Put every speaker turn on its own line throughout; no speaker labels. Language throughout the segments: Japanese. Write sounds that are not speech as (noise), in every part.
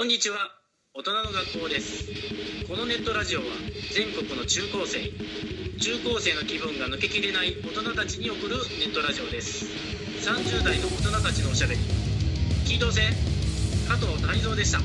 こんにちは大人の学校ですこのネットラジオは全国の中高生中高生の気分が抜けきれない大人たちに送るネットラジオです30代の大人たちのおしゃべり聞いとおせ加藤大蔵でした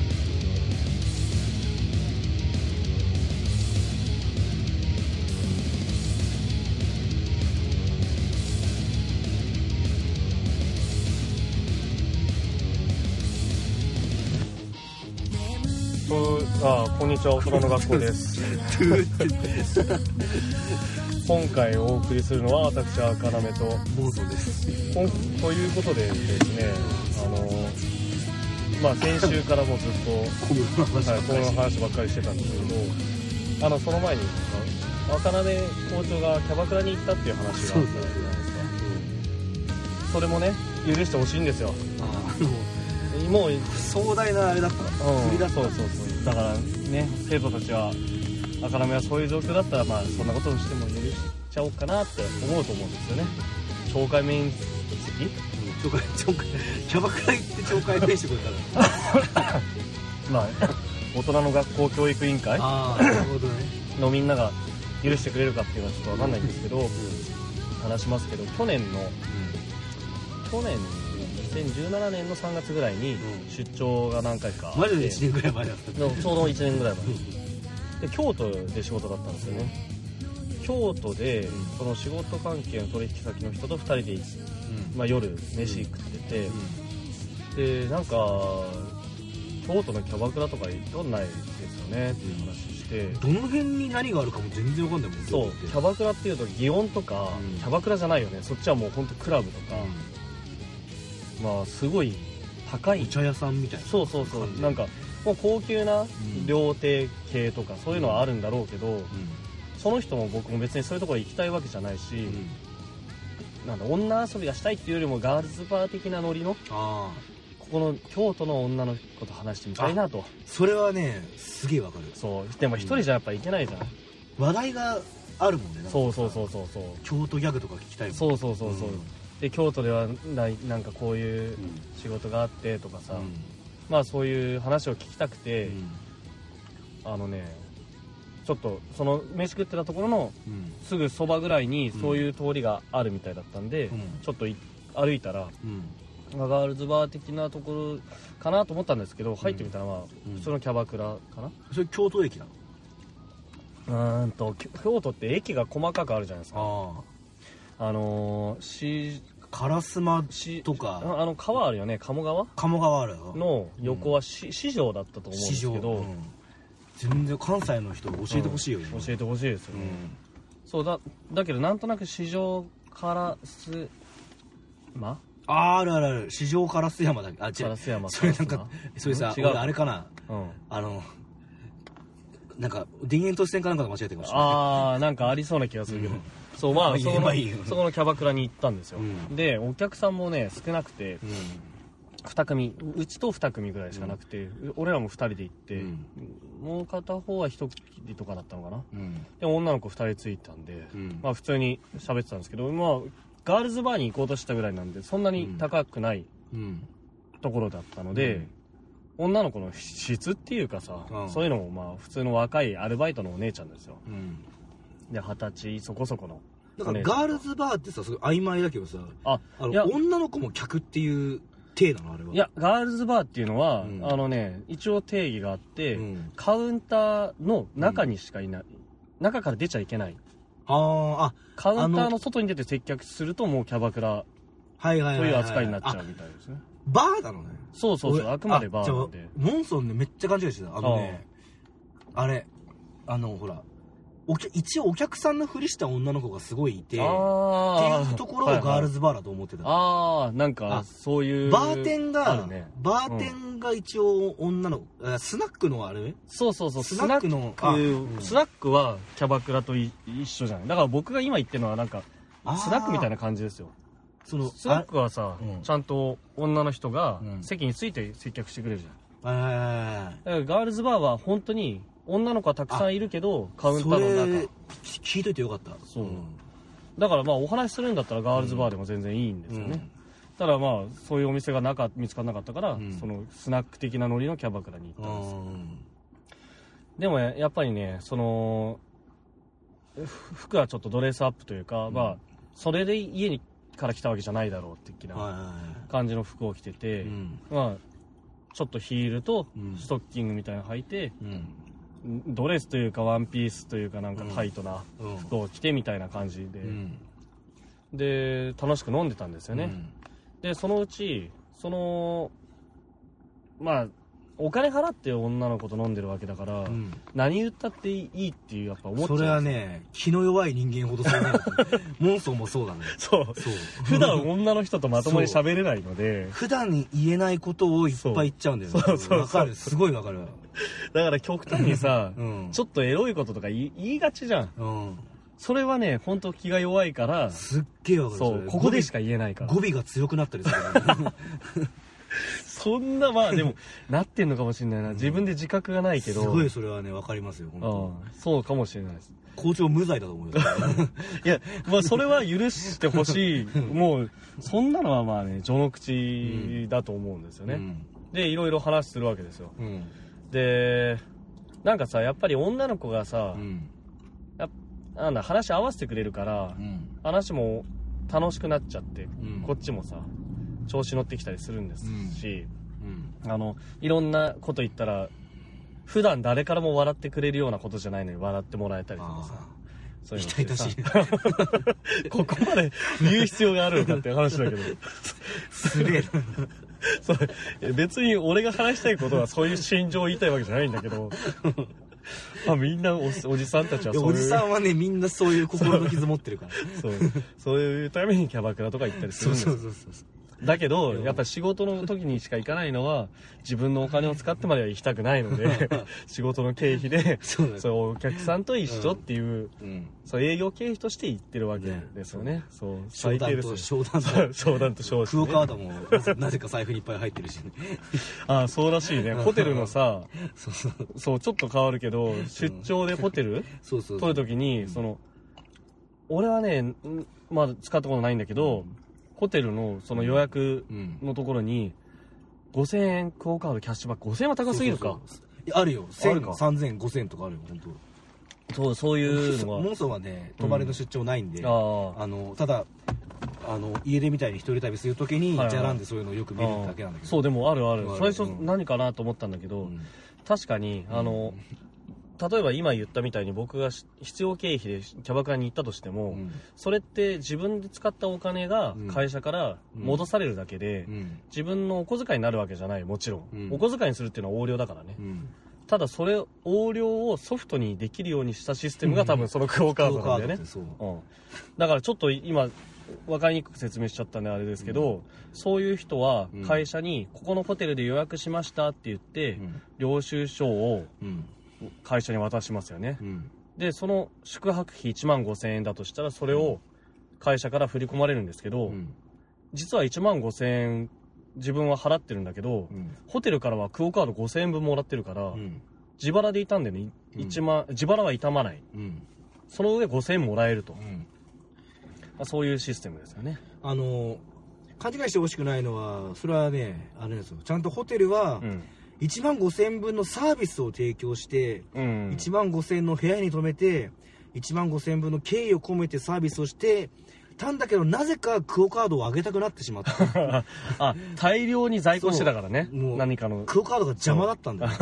こあこんにちは大人の学校です今回お送りするのは私あかなめと
ボートです。
こんということでですねあのまあ先週からもずっ
この
と、
話
はい、この話ばっかりしてたんですけどあのその前に渡辺校長がキャバクラに行ったっていう話があったじゃないですかそれもね許してほしいんですよ
あの
もう
壮大なあれだった
うん
振りだった
そうそうそうだからね生徒たちは赤らめはそういう状況だったらまあそんなことをしても許しちゃおうかなって思うと思うんですよね懲戒免責
懲戒懲戒キャバクラ行って懲戒ペしてくれたの
まあ (laughs) 大人の学校教育委員会
ああなるほどね
のみんなが許してくれるかっていうのはちょっとわかんないんですけど話しますけど去年の去年2017年の3月ぐらいに
うん
出張が何回かあって
マジで1年ぐらい前だった
でもちょうど1年ぐらい前
うん
で京都で仕事だったんですよね京都で
ん
その仕事関係の取引先の人と2人で、
うん
まあ、夜飯食ってて、でなんか京都のキャバクラとか行ったことないですよねっていう話して、
どの辺に何があるかも全然わかんないもん
そうキャバクラっていうと祇園とか、
うん
キャバクラじゃないよねそっちはもうほんとクラブとか、まあすごい高
うんお
い
茶屋さんみたいな
そうそうそう
感じ
なんかもう高級なん料亭系とかそういうのはあるんだろうけど、
う
その人も僕も別にそういうところ行きたいわけじゃないし、
んうん
なんだ女遊びがしたいっていうよりもガールズバー的なノリの
ああ
ここの京都の女の子と話してみたいなと
それはねすげえわかる
そうでも一人じゃやっぱいけないじゃん、
話題があるもんねなんか
そうそうそうそうそう
京都ギャグとか聞きたいもん
そうそうそうそう、
うん
で京都ではないなんかこういう
うん
仕事があってとかさ、
うん
まあそういう話を聞きたくて、
う
あのねちょっとその飯食ってたところの
ん
すぐそばぐらいにそういう通りがあるみたいだったんで、
うん
ちょっとい歩いたら
うん
まあガールズバー的なところかなと思ったんですけど入ってみたらまあ
うん
普通のキャバクラかな
それ京都駅なの
うーんとき京都って駅が細かくあるじゃないですか
あ
あのー、し
あ烏丸
し
とか
ああの川あるよね鴨川
鴨川あるよ
の横はし、市場だったと思うんで
市
す
場、
けど、
うん全然関西の人教えてほしいよね、
教えてほしいですよ
う
ね、
ん
そうだだけどなんとなく市場からすま
あーあるあるある市場烏山だっけあ違う
烏山
それなんか
烏山
それさ
違う
俺あれかな
うん
あのなんか田園都市線かなんかと間違えてるかもしれない
あーなんかありそうな気がするけど、
うん
そうま
まあ
あ
いい
その
まあいいよ
そこのキャバクラに行ったんですよ、
うん
でお客さんもね少なくて2組うちと2組ぐらいしかなくて、俺らも2人で行って、
うん
もう片方は1人とかだったのかな
うんうん
でも女の子2人ついたんで、
うん
まあ普通に喋ってたんですけどまあガールズバーに行こうとしたぐらいなんでそんなに高くない
うん
ところだったので、女の子の質っていうかさ、
うん
そういうのもまあ普通の若いアルバイトのお姉ちゃんですよ
うん
で二十歳そこそこの
だからガールズバーってさすごい曖昧だけどさ
あ
あ
いや
の女の子も客っていう体なのあれはい
やガールズバーっていうのは、
うん
あのね一応定義があって、
うん
カウンターの中にしかいない、中から出ちゃいけない
あーあ
カウンターの外に出て接客するともうキャバクラ
はいはい
と
はいい、
う
はい、
扱いになっちゃ
あ
うみたいですね
バーなのね
そうそうそう
俺
あくまでバーなん
あ
で
じゃあモンソンねめっちゃ勘違いしてたあのねあれあのほらお客一応お客さんのふりした女の子がすごいいてって
あ
いうところをガールズバーだと思ってた、
ああーなんか
あ
そういう
バーテン
あ
が、
るね
バーテンが一応女の子、あスナックのあれ
そうそうそう
スナック
スナッ
の
ク
あうん
スナックはキャバクラとい一緒じゃないだから僕が今言ってるのはなんか
あー
スナックみたいな感じですよ
その
スナックはさ、
うん
ちゃんと女の人が
うん
席について接客してくれるじゃん
あはいはいはいはい
だからガールズバーは本当に女の子はたくさんいるけどカウンターの中
それ聞いといてよかった
そうんだからまあお話しするんだったらガールズバーでも全然いいんですよね、ただまあそういうお店がなか見つからなかったから、
うん
そのスナック的なノリのキャバクラに行ったんですよ
ん
でもややっぱりねそのふ服はちょっとドレスアップというか、
ん
まあそれで家にから来たわけじゃないだろう的
はい
な
は
感じの服を着てて、
いはいうん
まあちょっとヒールと
うん
ストッキングみたいなの履いて、
うん
ドレスというかワンピースというかなんか
うん
タイトな
うん
服を着てみたいな感じで、
うん
で楽しく飲んでたんですよね、でそのうちそのまあお金払って女の子と飲んでるわけだから、
うん
何言ったっていいっていうやっぱ思っちゃう
それはね気の弱い人間ほどそうな (laughs) るモンソンもそうだね
そう
そう
普段女の人とまともに喋れないので
普段に言えないことをいっぱい言っちゃうんだよね
そうそうそう
わかるすごいわかる
だから極端にさ、
(laughs) うん
ちょっとエロいこととか言い言いがちじゃん
うん
それはね本当気が弱いから
すっげえわかる
そう
れ
ここでしか言えないから
語尾が強くなったりする
そんなまあで
(laughs)
もなってんのかもしれないな自分で自覚がないけ
す
ど
ごいそれはねわかりますよ本当
うんそうかもしれないです
校長無罪だと思うよ
いや、まあ、それは許してほし
(laughs)
いもうそんなのはまあね序の口だと思うんですよね、
うん
でいろいろ話するわけですよ
うん
でなんかさやっぱり女の子がさ
う、ん
なんだ話合わせてくれるから、
うん
話も楽しくなっちゃって、
うん
こっちもさ調子乗ってきたりするんですし、
うん
あのいろんなこと言ったら普段誰からも笑ってくれるようなことじゃないのに笑ってもらえたりとかさ
あ
そ
あ
ういうのっ
痛
て
々
さ
し
(laughs)
い
ここまで言う必要があるのかっていう話
(laughs)
だけど
すげえな
そういや別に俺が話したいことはそういう心情を言いたいわけじゃないんだけどまあみんなおおじさんたちはい
や
そう
お
いう
じさんはねみんなそういう心の傷持ってるから
そうそういうためにキャバクラとか行ったりす
そ
るん
う
です
そ
よ
うそうそう
だけどやっぱ仕事の時にしか行かないのは自分のお金を使ってまでは行きたくないの
(laughs)
で仕事の経費で
そうだね
そうお客さんと一緒っていう、
うん
そう営業経費として行ってるわけですよねそう最
商
低
談
です
と
よ
商談と
そう (laughs) 商談と商
クオ
談、
カードもなぜなぜか財布にいっぱい入っ
(laughs)
てるしね
ああそうらしいねホテルのさ
そうそう
そうちょっと変わるけど出張でホテル
そうそう
取るときにその俺はねんまあ使ったことないんだけどホテルのその予約
うん
のところに5000円クオカードキャッシュバック5000円は高すぎるか
そうそうそういやあるよ
ある
1000
か
3000 5000とかあるよ本当。
そうそういうの
モ
が
ンソンはね泊まりの出張ないんで、
あ
あのただあの家出みたいに一人旅するときに、
はいはい
じゃらんでそういうのをよく見る
あ
だけなんだけど
そうでもあるある
ある
最初
うん
何かなと思ったんだけど、
うん
確かにあの、例えば今言ったみたいに僕がし必要経費でキャバクラに行ったとしても、
うん
それって自分で使ったお金が
うん
会社から戻されるだけで、
うん
自分のお小遣いになるわけじゃないもちろん、
うん
お小遣いにするっていうのは横領だからね、
うん
ただそれ横領をソフトにできるようにしたシステムが多分そのクオカードなんだよね、
そう
うん、だからちょっと今分かりにくく説明しちゃったんであれですけど、そういう人は
うん
会社にここのホテルで予約しましたって言って、
うん
領収書を
うん
会社に渡しますよね
う、ん
でその宿泊費1万5000円だとしたらそれを会社から振り込まれるんですけど、
うん
実は1万5000円自分は払ってるんだけど、
うん
ホテルからはクオカード5000円分もらってるから、
うん
自腹でいたんでね、
うん
一万自腹は痛まない
うん
その上5000円もらえると、
う
ま
ん
あ、そういうシステムですよね
あの勘違いしてほしくないのはそれはねあれですよちゃんとホテルは
うん、
1万5000分のサービスを提供して、
うん、
1万5000の部屋に泊めて1万5000分の敬意を込めてサービスをしてたんだけどなぜかクオ・カードを上げたくなってしまった
(laughs) あ大量に在庫してたからね
そうもう
何かの
クオ・カードが邪魔だったんだよ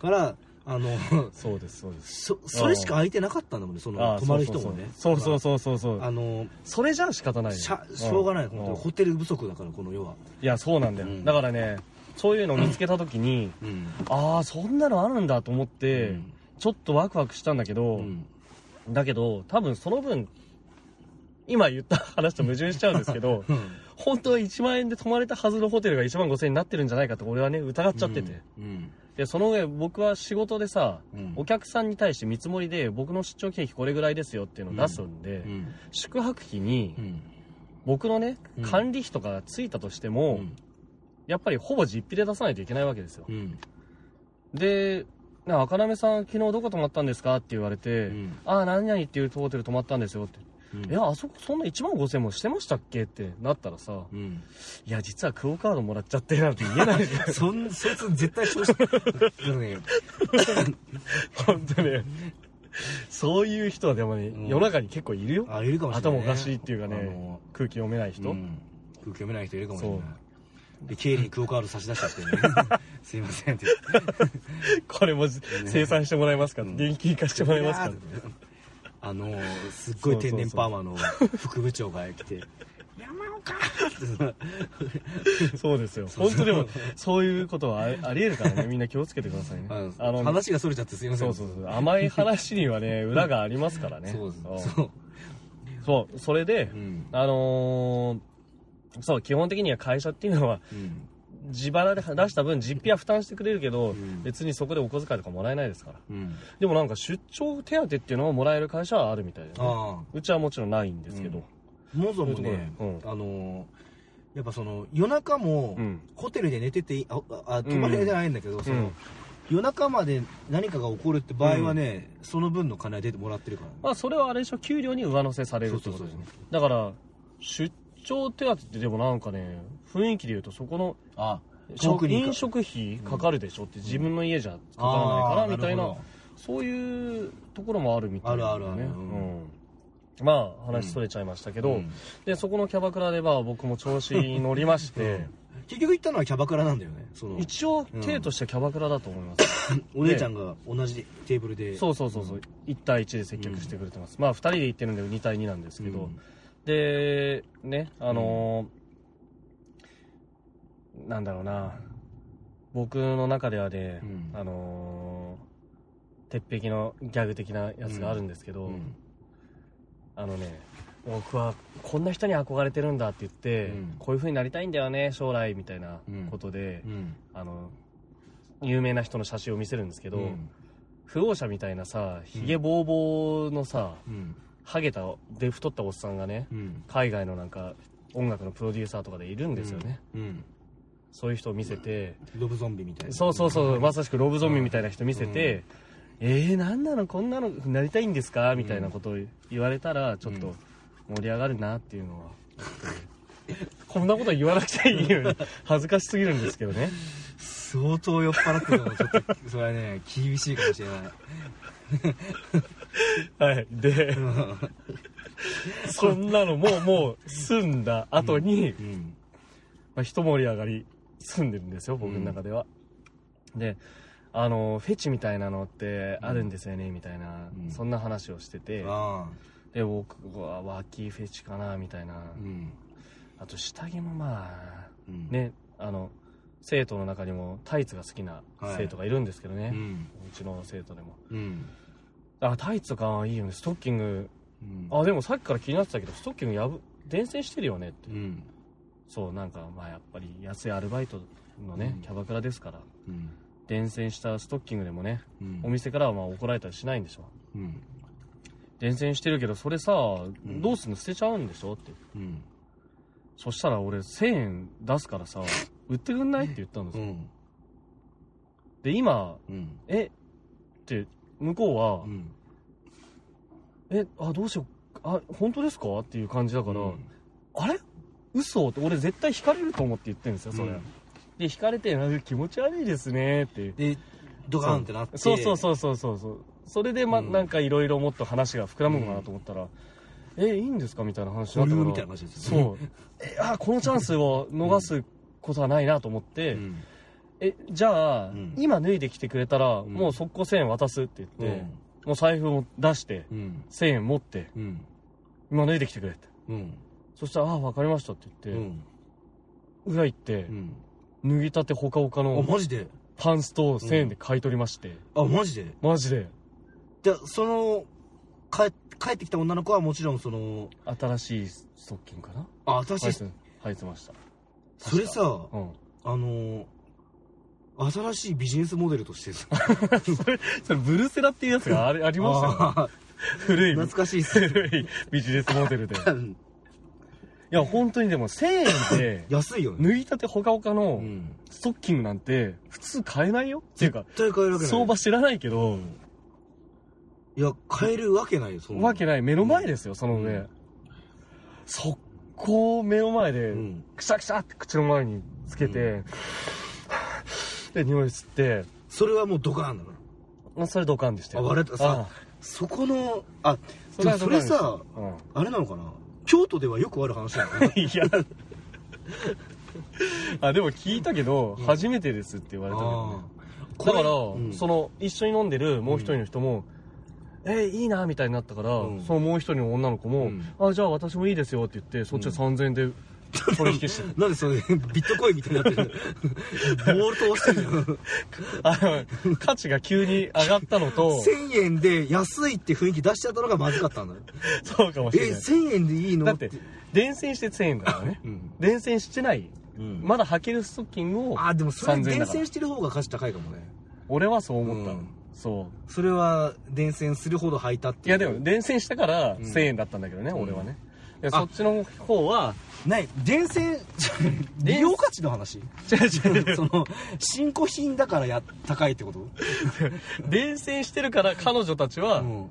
からあの
そうですそうです
そそれしか空いてなかったんだもんねそ
あ
の
あ
泊まる人もね
そうそう
そ
そうそうそう
う
そう
あの
それじゃ仕方ないよ
しゃしょうがない
ん
本当に
ん
ホテル不足だからこの世は、
いやそうなんだよ、
うん
だからねそういうのを見つけた時に、
うん
ああそんなのあるんだと思って、
うん
ちょっとワクワクしたんだけ
う
ど、
ん
だけど多分その分今言った話と矛盾しちゃうんですけど (laughs) 本当は1万円で泊まれたはずのホテルが1万5000円になってるんじゃないかと俺はね疑っちゃってて、
うん
でその上僕は仕事でさ、
うん
お客さんに対して見積もりで僕の出張経費これぐらいですよっていうのを出すんで、
うん
宿泊費に
うん
僕のね、
うん
管理費とかがついたとしても、やっぱりほぼ実費で出さないといけないわけですよ
う、ん
で「な赤なめさん昨日どこ泊まったんですか?」って言われて「
うん
ああ何々っていうホテル泊まったんですよ」って
うん
いや、あそこそんな1万5000もしてましたっけってなったらさ、
うん
いや、実はクオカードもらっちゃってなんて言えないじゃん。
(laughs) そんそいつ絶対正直だね
(laughs) 本当ね。そういう人はでもね、
うん
世の中に結構いるよ。
あいるかもしれない、
頭おかしいっていうかね
あの
空気読めない人。
うん、空気読めない人いるかもしれないで経理にクオ・カード差し出しち
(laughs)
ゃってねすいませんって
これも生産してもらえますか、
うん
現金化してもらえますか、
いやー (laughs) あのーすっごい天然パーマの副部長が来て「山岡!」って
そうですよ。
そう
本
そう
当でも、そういうことはありあり得るからね、みんな気をつけてくださ (laughs) いね。
あの話がそれちゃってすいませ
(laughs) そ
ん
うそう
(laughs)
そう。甘い話にはね、裏がありますからね。
そうそう
そ
そう
うそう。それで
う、ん
あのーそう、基本的には会社っていうのは、
うん
自腹で出した分、実費は負担してくれるけど、
ん
別にそこでお小遣いとかもらえないですから。
うん
でもなんか出張手当っていうのをもらえる会社はあるみたいで、ね、
ああ
うちはもちろんないんですけど。
モゾもね
そういうところ
あのーやっぱその夜中も
うん
ホテルで寝ててああ泊まれじゃないんだけどその夜中まで何かが起こるって場合はねその分の金は出てもらってるからね
まあ、それはあれでしょ、給料に上乗せされるってことですね。だから、出張手当ってでもなんかね、雰囲気で言うとそこの、
あ
食
に
飲食費かかるでしょって自分の家じゃか
あ
からないから
ー
みたいな
るほど
そういうところもあるみたいな、ね、
あるあるあるう
うんまあ話それちゃいましたけど、
うん
でそこのキャバクラでは僕も調子に乗りまして、
結局行ったのはキャバクラなんだよねその
一応手としてキャバクラだと思います、
お姉ちゃんが同じテーブルで
そうそうそうそう1対1で接客してくれてます、まあ2人で行ってるんで2対2なんですけど、
うん
でねあのーなんだろうな僕の中ではね、
うん
あのー鉄壁のギャグ的なやつがあるんですけど、
うん
あのね僕はこんな人に憧れてるんだって言って、
うん
こういう風になりたいんだよね将来みたいなことで、
うん
あの有名な人の写真を見せるんですけど、
うん
不老者みたいなさひげぼうぼうのさ、
うん
ハゲたで太ったおっさんがね、
うん
海外のなんか音楽のプロデューサーとかでいるんですよね、
うん
そういう人を見せて、
ロブゾンビみたいな
そうそうそうまさしくロブゾンビみたいな人見せて、えー、なんなのこんなのなりたいんですかみたいなことを言われたらちょっと盛り上がるなっていうのは、 (laughs) こんなことは言わなくていいのに恥ずかしすぎるんですけどね
相当酔っ払ってたのちょっとそれはね厳しいかもしれな
(laughs)
い
はいでそんなのもうもう済んだ後に、
うん
まあ、一盛り上がり住んでるんですよ僕の中では、であのフェチみたいなのってあるんですよね、みたいな、
うん
そんな話をしてて
ああ
で僕は脇フェチかなみたいな、
うん
あと下着もまあ
うん
ねあの生徒の中にもタイツが好きな生徒がいるんですけどね、
う
うんちの生徒でも
うん
あタイツとかいいよねストッキング
うん
あでもさっきから気になってたけどストッキングやぶ伝染してるよねって、
うん
そうなんかまあやっぱり安いアルバイトのね、
うん
キャバクラですから
うん
伝染したストッキングでもね
うん
お店からはまあ怒られたりしないんでしょ
うん
伝染してるけどそれさ、
ん
どうすんの捨てちゃうんでしょって
うん
そしたら俺1000円出すから
(laughs)
さ売ってくんないって言ったんですよ、
うん
で今
うん
えって向こうは、
うん
えあどうしようあ本当ですかっていう感じだから、
うん
あれ嘘って俺絶対引かれると思って言ってるんですよそれ、
うん
で引かれてなんか気持ち悪いですねって
でドカーンってなって
そうそうそうそうそうそうそれでま、
うん
なんかいろいろもっと話が膨らむのかなと思ったら、えいいんですかみたいな話に
保
なったから
留みたいな話ですよね
そうえあこのチャンスを逃すことはないなと思って、
うん
えじゃあ、
うん
今脱いできてくれたら、
ん
もう速攻1000円渡すって
う
言って、
ん
もう財布を出して、
うん
1000円持って
うん
今脱いできてくれって
うん
そしたら「ああ分かりました」って
う
言って、
ん
裏行って
う、ん
脱ぎたてほかほか
あ
の
マジで
パンスと1000円で買い取りまして、
あマジで
マジで
じゃあその帰帰ってきた女の子はもちろんその
新しいストッキングかな
あ私、
履いて履いてました
それさ
うん
あのー新しいビジネスモデルとしてさ
それそれブルセラっていうやつがあれありました
(laughs)
よ、ね、
あー
古い
懐かしいっす
古いビジネスモデルでいや本当にでも1000円で
(laughs) 安いよ
(laughs)
ね
脱ぎたてほかほか
う
の
ん
ストッキングなんて普通買えないよっていうか
絶対買えるわけない
相場知らないけど、
いや買えるわけないよそんなの
わけない目の前ですよその上、
うん
速攻目の前で
ん、
くしゃくしゃって口の前につけて、で、匂い吸って、
それはもうドカーンだか
まあそれドカンでした
らあ
よ。
割れた
あ
さそこのあ
そ
で
れ
も
は
そ
ドカン
れ
でした
さ
うん
あれなのかな京都ではよくある話なのか
(laughs)
な
いや。あ、でも聞いたけど、初めてですって言われたけどね
あ。ー
だから、
うん
その、一緒に飲んでるもう一人の人も、えーいいな、みたいになったから、
うん
そのもう一人の女の子も、
うん
あ、じゃあ私もいいですよって言って、そっちは3000円
(laughs)
で取引してる。
なんでそれ (laughs) ビットコインみたいになってるのボールと押してるの
(laughs) あの価値が急に上がったの
(laughs)
と、
1000円で安いって雰囲気出しちゃったのがまずかったんだよ
そうかも
え
しれない。
1000円でいいの
だって、伝染して1000円だからね
う。ん
伝染してない。
うん
まだ履けるストッキングを
あーでもそれ
3000円
伝
だから
染してる方が価値高いかもね
俺はそう思った。
うん
そう。
それは伝染するほど履いたって
い
い
や
う
でも伝染したから1000円だったんだけどね、俺はねいやそっちの方
(laughs)
は
ない
(laughs)
伝染利用価値の話 (laughs)
違う違う違う
その新古品だからや高いってこと
伝染してるから彼女たちは、
うん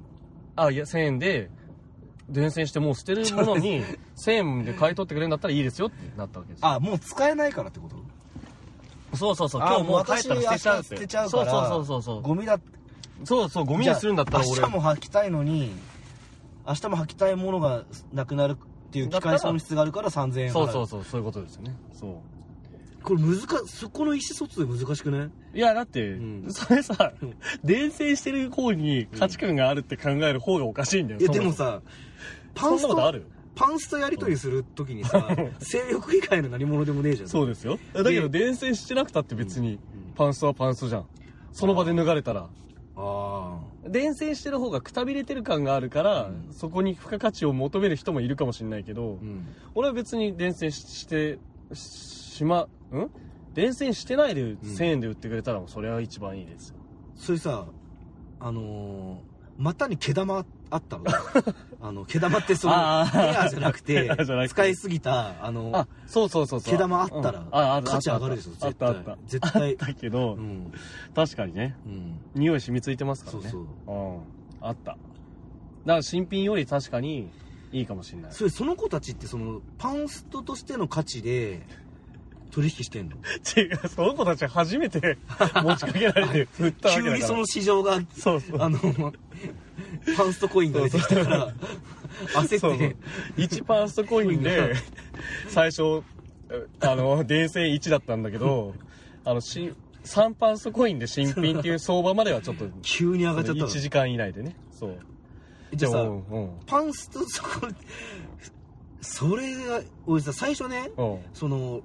あいや1000円で伝染してもう捨てるものに1000円で買い取ってくれるんだったらいいですよってなったわけですよ
あもう使えないからってこと
そうそうそう
あ
今日もう帰ったら捨てちゃうっ
私
て
明日捨てちゃうから
そうそうそうそ
ゴミだ
うそうそうゴミにするんだったら
じ
俺
ゃあ明日も履きたいのに明日も履きたいものがなくなるっていう機械損失があるから3000円払う
そうそうそうそういうことですよねそ
これ難しそこの意思疎通難しくない、
ういやだって、
ん
それさ伝染してる方に価値観があるって考える方がおかしいんだよ
いや
そ
でも
そ
さパ
そ
ン
ん
ス
なことあ
と
る
パンスとやり取りするときにさ
(laughs)
性欲以外の何物でもねえじゃん
そうですよ。だけど、伝染してなくたって別に、パンストはパンストじゃん。その場で脱がれたら。
あ
伝染してる方がくたびれてる感があるから、そこに付加価値を求める人もいるかもしれないけど、
あうん
俺は別に伝染しして、ししま、ん伝染してないで1000円で売ってくれたら、それは一番いいですよ。
それさあのー、股に毛玉あ
(laughs)
ったのあの毛玉ってそのヘ
あー
アじゃなく
ヘ (laughs)
て
アじゃなくて
使いすぎたあの
あ、そうそうそうそう。
毛玉あった
うん
ら価値上がるでしょ
あっ (laughs)
絶
たあ
対
った。
絶対
だけど、
うん
確かにね、
うん
匂い染みついてますからね。
そう
うん。あった。だから新品より確かにいいかもしれない。
それその子たちってそのパンストとしての価値で取引してんの
違う、その子たち初めて持ちかけられて振ったわけだ
(laughs) 急
から。
にその市場が
そうそう。
あのパンストコインが出てきたから
そ
焦
う
って
1パーストコイン
(laughs)
で、最初、あの、電線1だったんだけ
(laughs)
ど、あの、し3パーストコインで新品っていう相場まではちょっと、
急に上がっちゃった
1
の
時間以内でね。そう。
じゃあさ
うんうん。
パンストそこそれが俺さ最初ね
うん。
その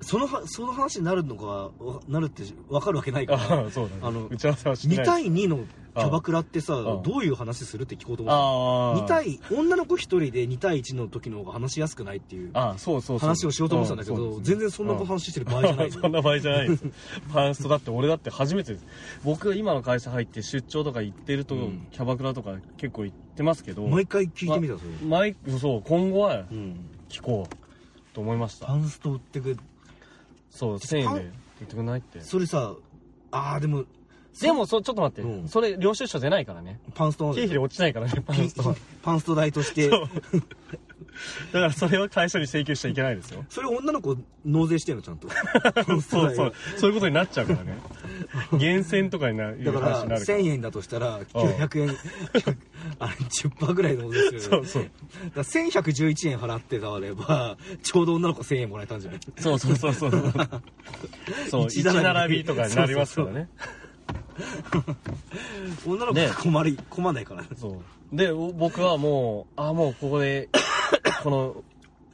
そのはその話になるのかわなるって分かるわけないから
あそうだね。
あの
打ち合わせはしてない。
2対2のキャバクラってさ
ああ
どういう話するって聞こうと思った
ああ。
2対女の子1人で2対1の時の方が話しやすくないっていう
ああ、そうそうそう。
話をしようと思ってたんだけど全然そんな
こと
話してる場合じゃないぞ
(laughs) そんな場合じゃないですよパンストだって俺だって初めてです僕今の会社入って出張とか行ってると、
うん
キャバクラとか結構行ってますけど
毎回聞いてみたそれ、
毎そう今後は
うん、
聞こうと思いました
パンスト売ってく
そう1000円で売ってくんないって
それさあーでも
でもそうちょっと待って、
うん
それ領収書出ないからね
パンスト
経費で落ちないからねパ
ピ
ンストは
パンスト代として
そうだからそれは会社に請求しちゃいけないですよ
それ女の子納税してんのちゃんと
(laughs) そうそうそういうことになっちゃうから
(laughs)
ね厳選とかになる
だか
話
ら
になるから
1000円だとしたら900円 (laughs) あれ10%ぐらい納税す
そ
る
うそう
だから1111円払ってたればちょうど女の子1000円もらえたんじゃない
そうそうそうそう。そう、一
一並び
並びとかになりますからね。
女の子
ね
困り、困んないから
そう。で、お僕はもう、あ、もうここ (coughs) で、この、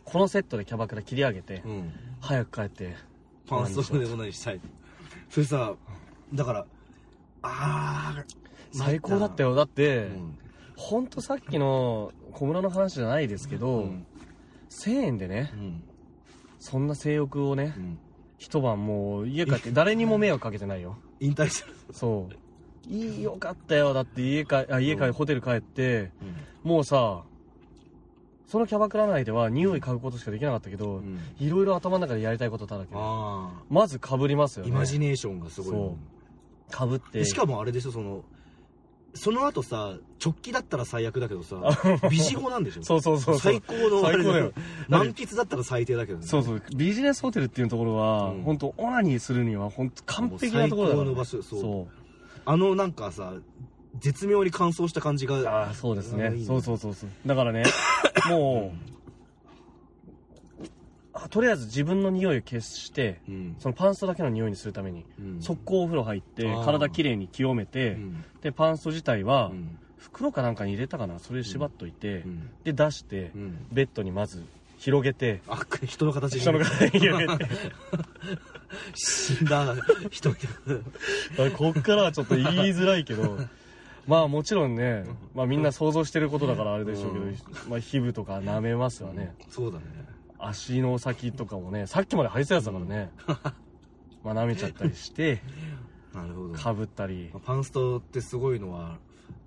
このセットでキャバクラ切り上げて、
ん
早く帰って、
パンストでもないしたいそれさだからああ
最高だったよ。だって、
ん
ほんとさっきの小室の話じゃないですけど、
ん
1000円でね
う、ん
そんな性欲をね、
うん
一晩もう家帰 (laughs) って、誰にも迷惑かけてないよ。
引退する
そう。いい、よかったよ。だって家か、あ家か、ホテル帰って、もうさ、そのキャバクラ内では匂い嗅ぐことしかできなかったけど
ん、
いろいろ頭の中でやりたいことだらけで。
ああ
まず被りますよ
イ
ね。
マジネーションがすごい
そう被って。
しかもあれでしょそのその後さ直帰だったら最悪だけどさビジホなんでしょ
そうそうそうそう
最高のあれ
最高だよ
満喫だったら最低だけどね
そうそうビジネスホテルっていうところは、
うん
本当オナニーするには本当完璧なところだから
もう最高の場所そう
そ
あのなんかさ絶妙に乾燥した感じ
う
が
ああそうですね
あいいね
そうそうそうそうだから
(laughs)
ねもうあとりあえず自分の匂いを消して
うん
そのパンストだけの匂いにするために、
うん
速攻お風呂入って
あー
体きれいに清めて、
うん
でパンスト自体は、
うん
袋かなんかに入れたかなそれ縛っといて、
うん
で出して、
うん
ベッドにまず広げ
(laughs)
て
あ人の形に
人の体に広げて
(laughs) 死んだ人みたいな
こっからはちょっと言いづらいけ
(laughs)
どまあもちろんね、まあ、みんな想像してることだからあれでしょうけど、
うん
まあ、皮膚とか舐めますわね、
そうだね
足の先とかもねさっきまで履いてたやつだからね、 (laughs) まあ舐めちゃったりして
なるほど
かぶったり
パンストってすごいのは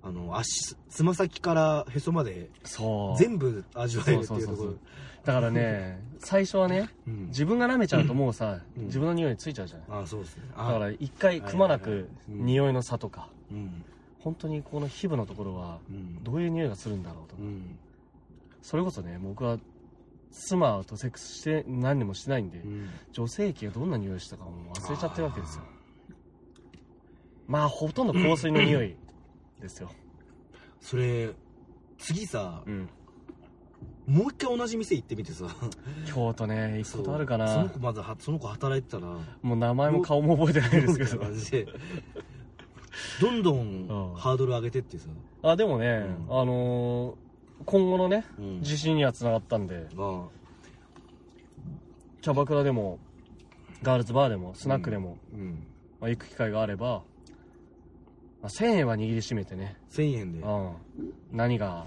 あの足つま先からへそまで
そう
全部味わえるって
そう
いう
そ
と
う
こ
そ
ろ
うだからね最初はね
うん
自分が舐めちゃうともうさ、
うん
自分の匂いについちゃうじゃない、
あそうですね
だか
あ
ら一回くまな
はいはい
く
はいうん
匂いの差とか
うん
本当にこの皮膚のところは
うん
どういう匂いがするんだろうとか
うん
それこそね僕は妻とセックスして何にもしてないんで、
うん
女性器がどんな匂いしたかもう忘れちゃってるわけですよまあほとんど香水の匂いですよ、
それ次さ
うん
もう一回同じ店行ってみてさ
京都ね行くことあるか
そうその
な
子まずはその子働いてたら
もう名前も顔も覚えてないですけ
みた
ど
いな感じでどんど
うん
んハードル上げてってさ
あでもね、
うん
あのー今後のね
うん
自信にはつながったんで
ま
キャバクラでもガールズバーでもスナックでも、
あうん
まあ、行く機会があれば、まあ、1000円は握りしめてね、
1000円で
うん、何が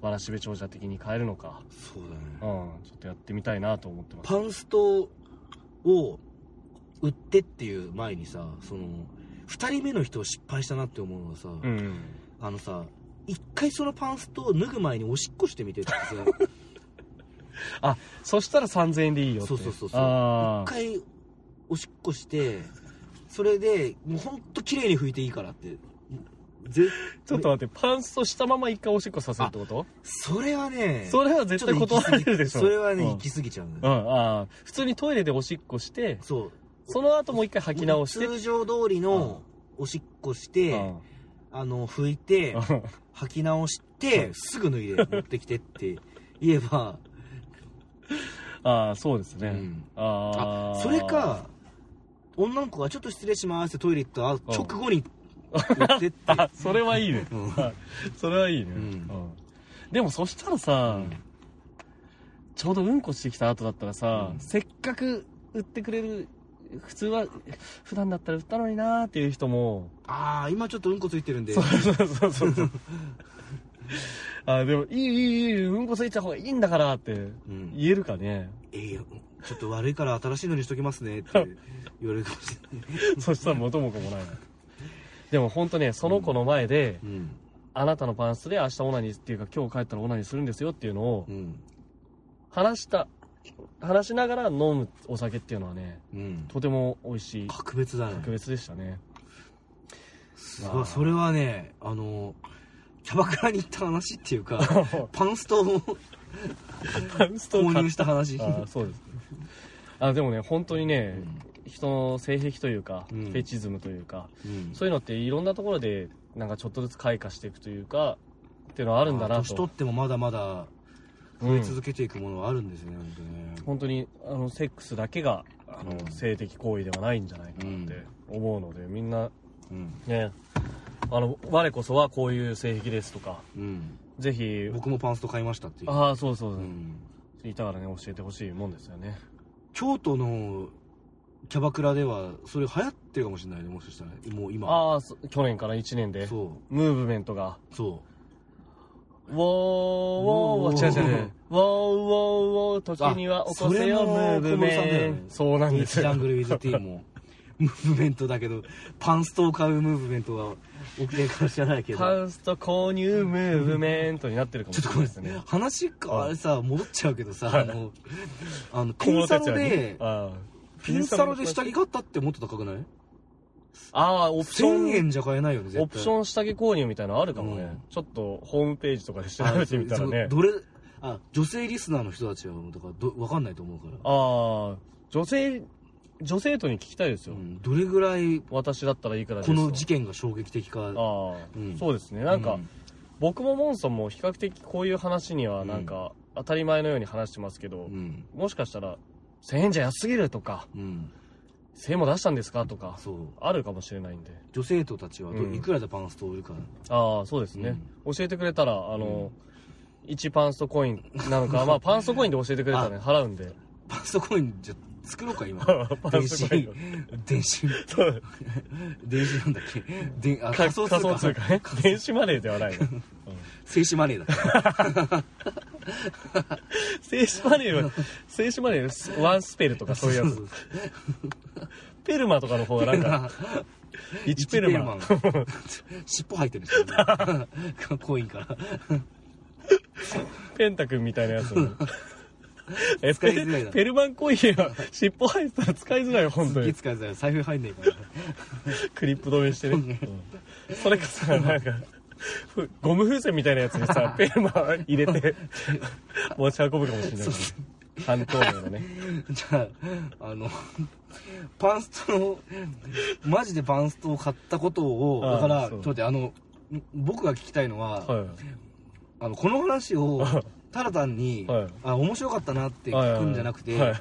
わらしべ長者的に買えるのか、
そうだ
う
ね
ん、ちょっとやってみたいなと思ってます
パンストを売ってっていう前にさその2人目の人を失敗したなって思うのはさ、
うん
あのさ一回そのパンストを脱ぐ前におしっこしてみてって
(laughs)
さ
そしたら3000円でいいよって
そうそうそうそう
あ
一
ー
回おしっこしてそれでもうほんと綺麗に拭いていいからってぜ
ちょっと待ってパンストしたまま一回おしっこさせるってこと
それはね
それは絶対断られるでしょ
それはね、
うん
行き過ぎちゃうんだ
う
よ、
ん、あー普通にトイレでおしっこして
そう
その後もう一回吐き直して
通常通りのおしっこして、
うん (laughs)
あの拭いて、
うん
履き直して、すぐ脱いで持ってきてって言えば、
ああそうです (laughs) ね、
うん
あ
あ
あ、
それか、女の子がちょっと失礼しますってトイレ行ったら直後に言っ
(laughs)
てって。
あそれはいいね、
うん
あそれはいいね、
うん
うんでもそしたらさ、
うん
ちょうどうんこしてきた後だったらさ、
うん
せっかく売ってくれる普通は普段だったら売ったのになーっていう人も
ああ、今ちょっとうんこついてるんで
そ。うそうそうそう
(laughs)
そうあでもいいいいいいうんこついた方がいいんだからって
うん、
言えるかね、
えいや、ちょっと悪いから新しいのにしときますねって言われるかもしれない。
そしたら元も子もないでも本当ねその子の前で、
うん。
あなたのパンスで明日オナニーっていうか今日帰ったらオナニーするんですよっていうのを
うん。
話した、話しながら飲むお酒っていうのはね、
うん。
とても美味しい、
格別だね。
格別でしたね。
それはそれはね、あの、キャバクラに行った話ってい
(laughs)
うか、パンストを
パンスト
購入した話。
あそうです。あ、でもね、本当にね、人の性癖というか、
うん
フェチズムというか、
うん
そういうのっていろんなところで、なんかちょっとずつ開花していくというか、っていうのはあるんだな
あ
と。
ー年取ってもまだまだ
う
増え
ん
続けていくものはあるんですね、本当ね
本当にあのセックスだけがあの、
うん
性的行為ではないんじゃないかなって思うので、みんな
うん、
ねあの我こそはこういう性癖ですとか
うん、
ぜひ
僕もパンスト買いましたっていう、
ああそうそうそうう、
ん、
いたからね教えてほしいもんですよね
京都のキャバクラではそれ流行ってるかもしれないねもしかしたらもう今
ああそ去年から1年で
そ
ムーブメントが
うそ
「ウォーウォーウォー」違う違う違う「ウォーウォーウォー時には起こせよ
あ
ム
そ
ー
れも
ブメント」そうな
う「
ん
ミ
で
ッ
す
チジャ
よ
ングル・ウィズ・ティーン」も (laughs) ムーブメントだけどパンストを買うムーブメントは起きてるかもしれないけど
パンスト購入ムーブメントになってるかも
ちょっ
し
と
れ
ご
ない
めん
で
な
す
さい
ね
ね話かあれさ戻っちゃうけどさあのあの
小
ピン
室
サ
哲
ロ
哉に
で
ああ
ピンサロで下着買ったってもっと高くない
ああ、オプショ
1000
ン、
円じゃ買えないよね絶対
オプション下着購入みたいなのあるかもね、
うん
ちょっとホームページとかで調べてみたら
あ
ね。
どれあ女性リスナーの人たちはだからど分かんないと思うから
ああ、女性、女生徒に聞きたいですよ。
うんどれぐらい
私だったらいいからです
ことの事件が衝撃的か
ああ、
うん
そうですね。なんか、
うん
僕もモンソンも比較的こういう話にはなんか、当たり前のように話してますけど、
うん
もしかしたら、1000円じゃ安すぎるとか、
うん
1000円も出したんですかとか、
そう
あるかもしれないんで。
女生徒たちはど
うん
いくらでパンスト売るか
ああ、そうですね。教えてくれたら、あの、1パンストコインな (laughs) のか、まあ、パンストコインで教えてくれたらね、払うんで。
パンストコインじゃ作ろうか今
(laughs) パン
電
ス
子
トコイン
電子
(laughs) そう
電子なんだっけであ
仮
仮
想
想
通貨仮想
通貨
通貨ね。 (laughs) 電子マネーではないな。 (laughs)
静止マネーだから
静止マネ (laughs) ーは、静止マネー、ワンスペルとかそういうや
そ
(laughs) つ。
(laughs) う
ペルマとかの方がなんか、1ペルマ。
1ペルマン尻尾入って
(laughs)
るんですよ (laughs) コインから
ペンタ君みたいなやつ (laughs) も。え
使いづらいな
ペペルマンコインは尻尾入ったら使いづらいよ、本当
すっげえ
に。
使いづらい財布入んねえから
クリップ止めしてね。うんそれかさ、なんか、ふゴム風船みたいなやつに (laughs) さ、ペルマ入れ (laughs) て、持ち運ぶかもしれない。半透明のね。
じゃあ、あの、パンストの、マジでパンストを買ったことを、
あ
だか
そ
ら、
う
ちょっと待って、あの、僕が聞きたいのは、
は
あの、この話を、ただ単に、
はい
あ、面白かったなって聞くんじゃなくて、
はいはいはい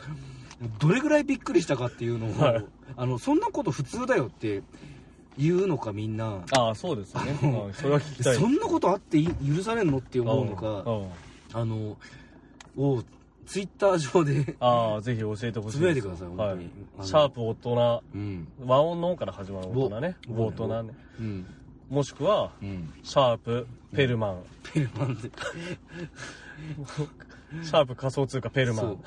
どれぐらいびっくりしたかっていうのを、
はい
あの、そんなこと普通だよって言うのか、みんな。
い。ああ、そうですね。
の
うんそれは聞きたい。
そんなことあってい許されんのって思うの
う
か、
んうん
あの、を、ツイッター
(laughs)
上で、
ああ、ぜひ教えてほしいです。
つぶやいてください本当にあ
は
の
い。シャープ大人、
うん、
和音の方から始まる大人ね。
ぼ
大人ね。
うん、
もしくは、
うん。
シャープ、ペルマン。
ペルマンで。
シャープ仮想通貨ペルマ
そう
ン。。こ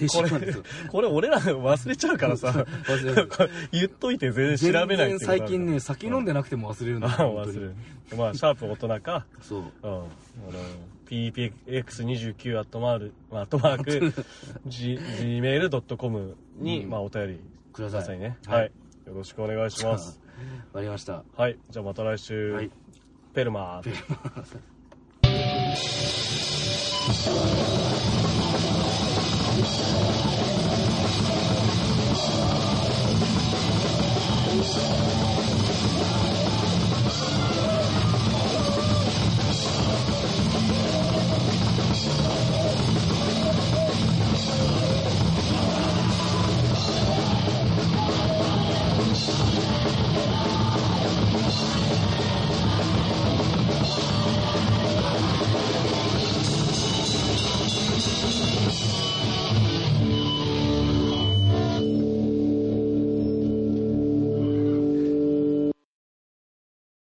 青春マンで
れ
すよ。、
これ俺ら忘れちゃうからさ、
忘れちゃう
言っといて全然調べないっていう
全然
ことある
最近ね、酒飲んでなくても忘れるん
あ
だ
あ、
よ。
忘れ
る
る。まあ、シャープ大人か、
そ
う
う。
ん。あの、ppx29 アットマーク、アットマー
(laughs)
ク、g、gmail.com に、まあ、お便りく
く
だ
だ
さ
さ
い
い
ね。は
はい
い。よろしくお願いします。
終わりました。
はい。じゃあまた来週。
はい
ペルマー。